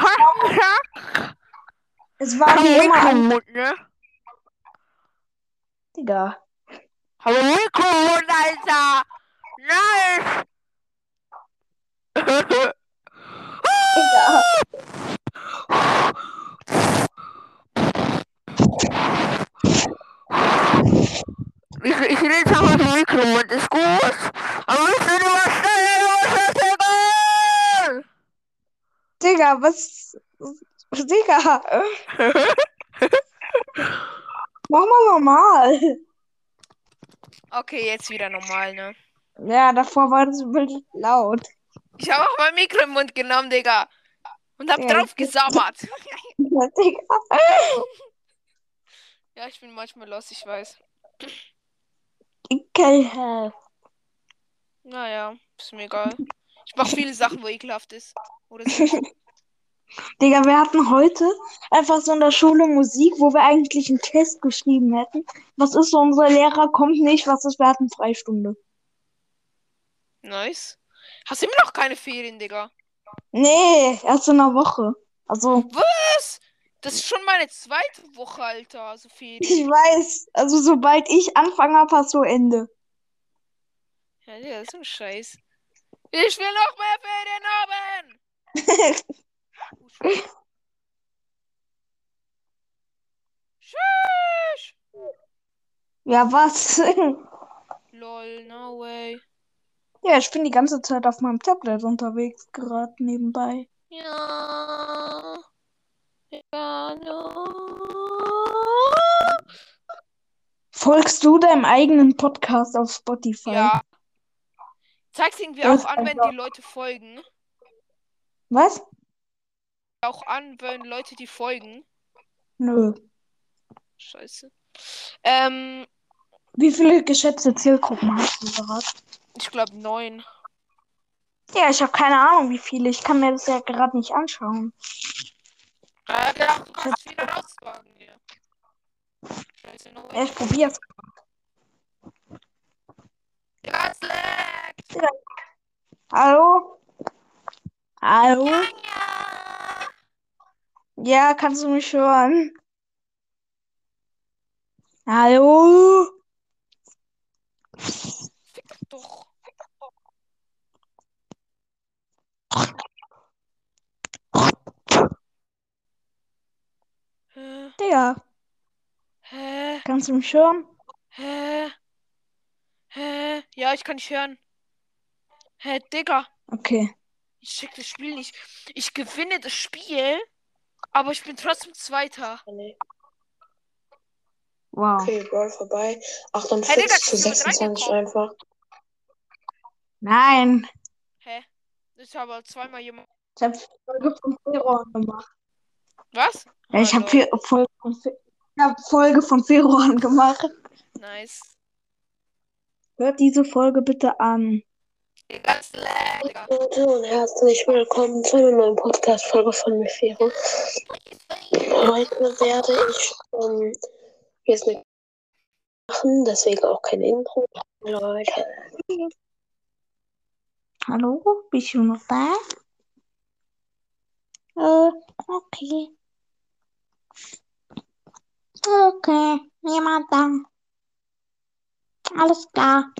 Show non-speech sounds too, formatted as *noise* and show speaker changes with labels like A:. A: Ah!
B: Es war wie immer ein
A: Mikromund, ne?
B: Digga.
A: Hallo Mikromund, Alter! Nice!
B: Digga.
A: Ich, ich lese aber den Mikromund, ist gut! Aber ich bin immer schnell, was ist egal!
B: Digga, was. Digga.
A: *laughs*
B: Mach mal normal.
C: Okay, jetzt wieder normal, ne?
B: Ja, davor war das wirklich laut.
C: Ich habe auch mein Mikro im Mund genommen, Digga. Und hab
B: Ja.
C: drauf gesabbert.
B: Ja, Digga.
C: Ja, ich bin manchmal los, ich weiß.
B: Ekelhaft.
C: Naja, ist mir egal. Ich mache viele Sachen, wo ekelhaft ist. Oder so.
B: Digga, wir hatten heute einfach so in der Schule Musik, wo wir eigentlich einen Test geschrieben hätten. Was ist so, unser Lehrer kommt nicht, was ist, wir hatten Freistunde.
C: Nice. Hast immer noch keine Ferien, Digga.
B: Nee, erst in einer Woche. Also,
C: Was? Das ist schon meine zweite Woche, Alter.
B: *laughs*
C: So Ferien.
B: ich weiß, also sobald ich anfange, hab, hast du Ende.
C: Ja, Digga, das ist ein Scheiß. Ich will noch mehr Ferien haben! Oh, Scheiße. Tschüss!
B: Ja, was?
C: Lol, no way.
B: Ja, ich bin die ganze Zeit auf meinem Tablet unterwegs, gerade nebenbei.
C: *laughs* Ja. Ja,
B: Folgst du deinem eigenen Podcast auf Spotify?
C: ja. Zeig's irgendwie
B: Das
C: auch an, wenn
B: einfach-
C: die Leute folgen.
B: Was?
C: Auch an, wenn Leute die folgen.
B: Nö.
C: Scheiße. Ähm,
B: Wie viele geschätzte Zielgruppen hast du gerade?
C: ich glaube neun.
B: Ja, ich habe keine Ahnung, wie viele. Ich kann mir das ja gerade nicht anschauen.
C: Ja, ja, du kannst wieder rausfragen hier. Scheiße, no
B: Ja,
C: way.
B: ich probier's.
C: Ja, es laggt.
B: Hallo? Hallo?
C: Ja.
B: Ja, kannst du mich hören? Hallo?
C: Doch. Hä?
B: Digga,
C: Hä?
B: kannst du mich hören?
C: Hä? Hä? Ja, ich kann nicht hören. Hä, Digga,
B: Okay.
C: ich check das Spiel nicht. Ich gewinne das Spiel, aber ich bin trotzdem Zweiter.
D: Nee.
B: Wow.
D: Okay, Brawl vorbei.
C: Hey, Digga,
D: 48 zu
C: ich bin mit
D: 26
C: reingekommen.
D: einfach.
B: Nein.
C: Das ist aber zweimal jemand.
B: Ich habe Folge von Februar gemacht.
C: Was?
B: Ja, ich
C: Oh,
B: habe
C: lol.
B: Folge von Fe- ich hab Folge von Februar gemacht.
C: Nice.
B: Hört diese Folge bitte an.
C: Digga, es lag, Digga.
D: Leute und herzlich willkommen zu einer neuen Podcast-Folge von Mifiro. Heute werde ich ähm, jetzt nicht machen, deswegen auch kein Intro. Leute,
B: Hallo? Bist du noch da? Äh, okay. Okay, niemand da. Alles klar.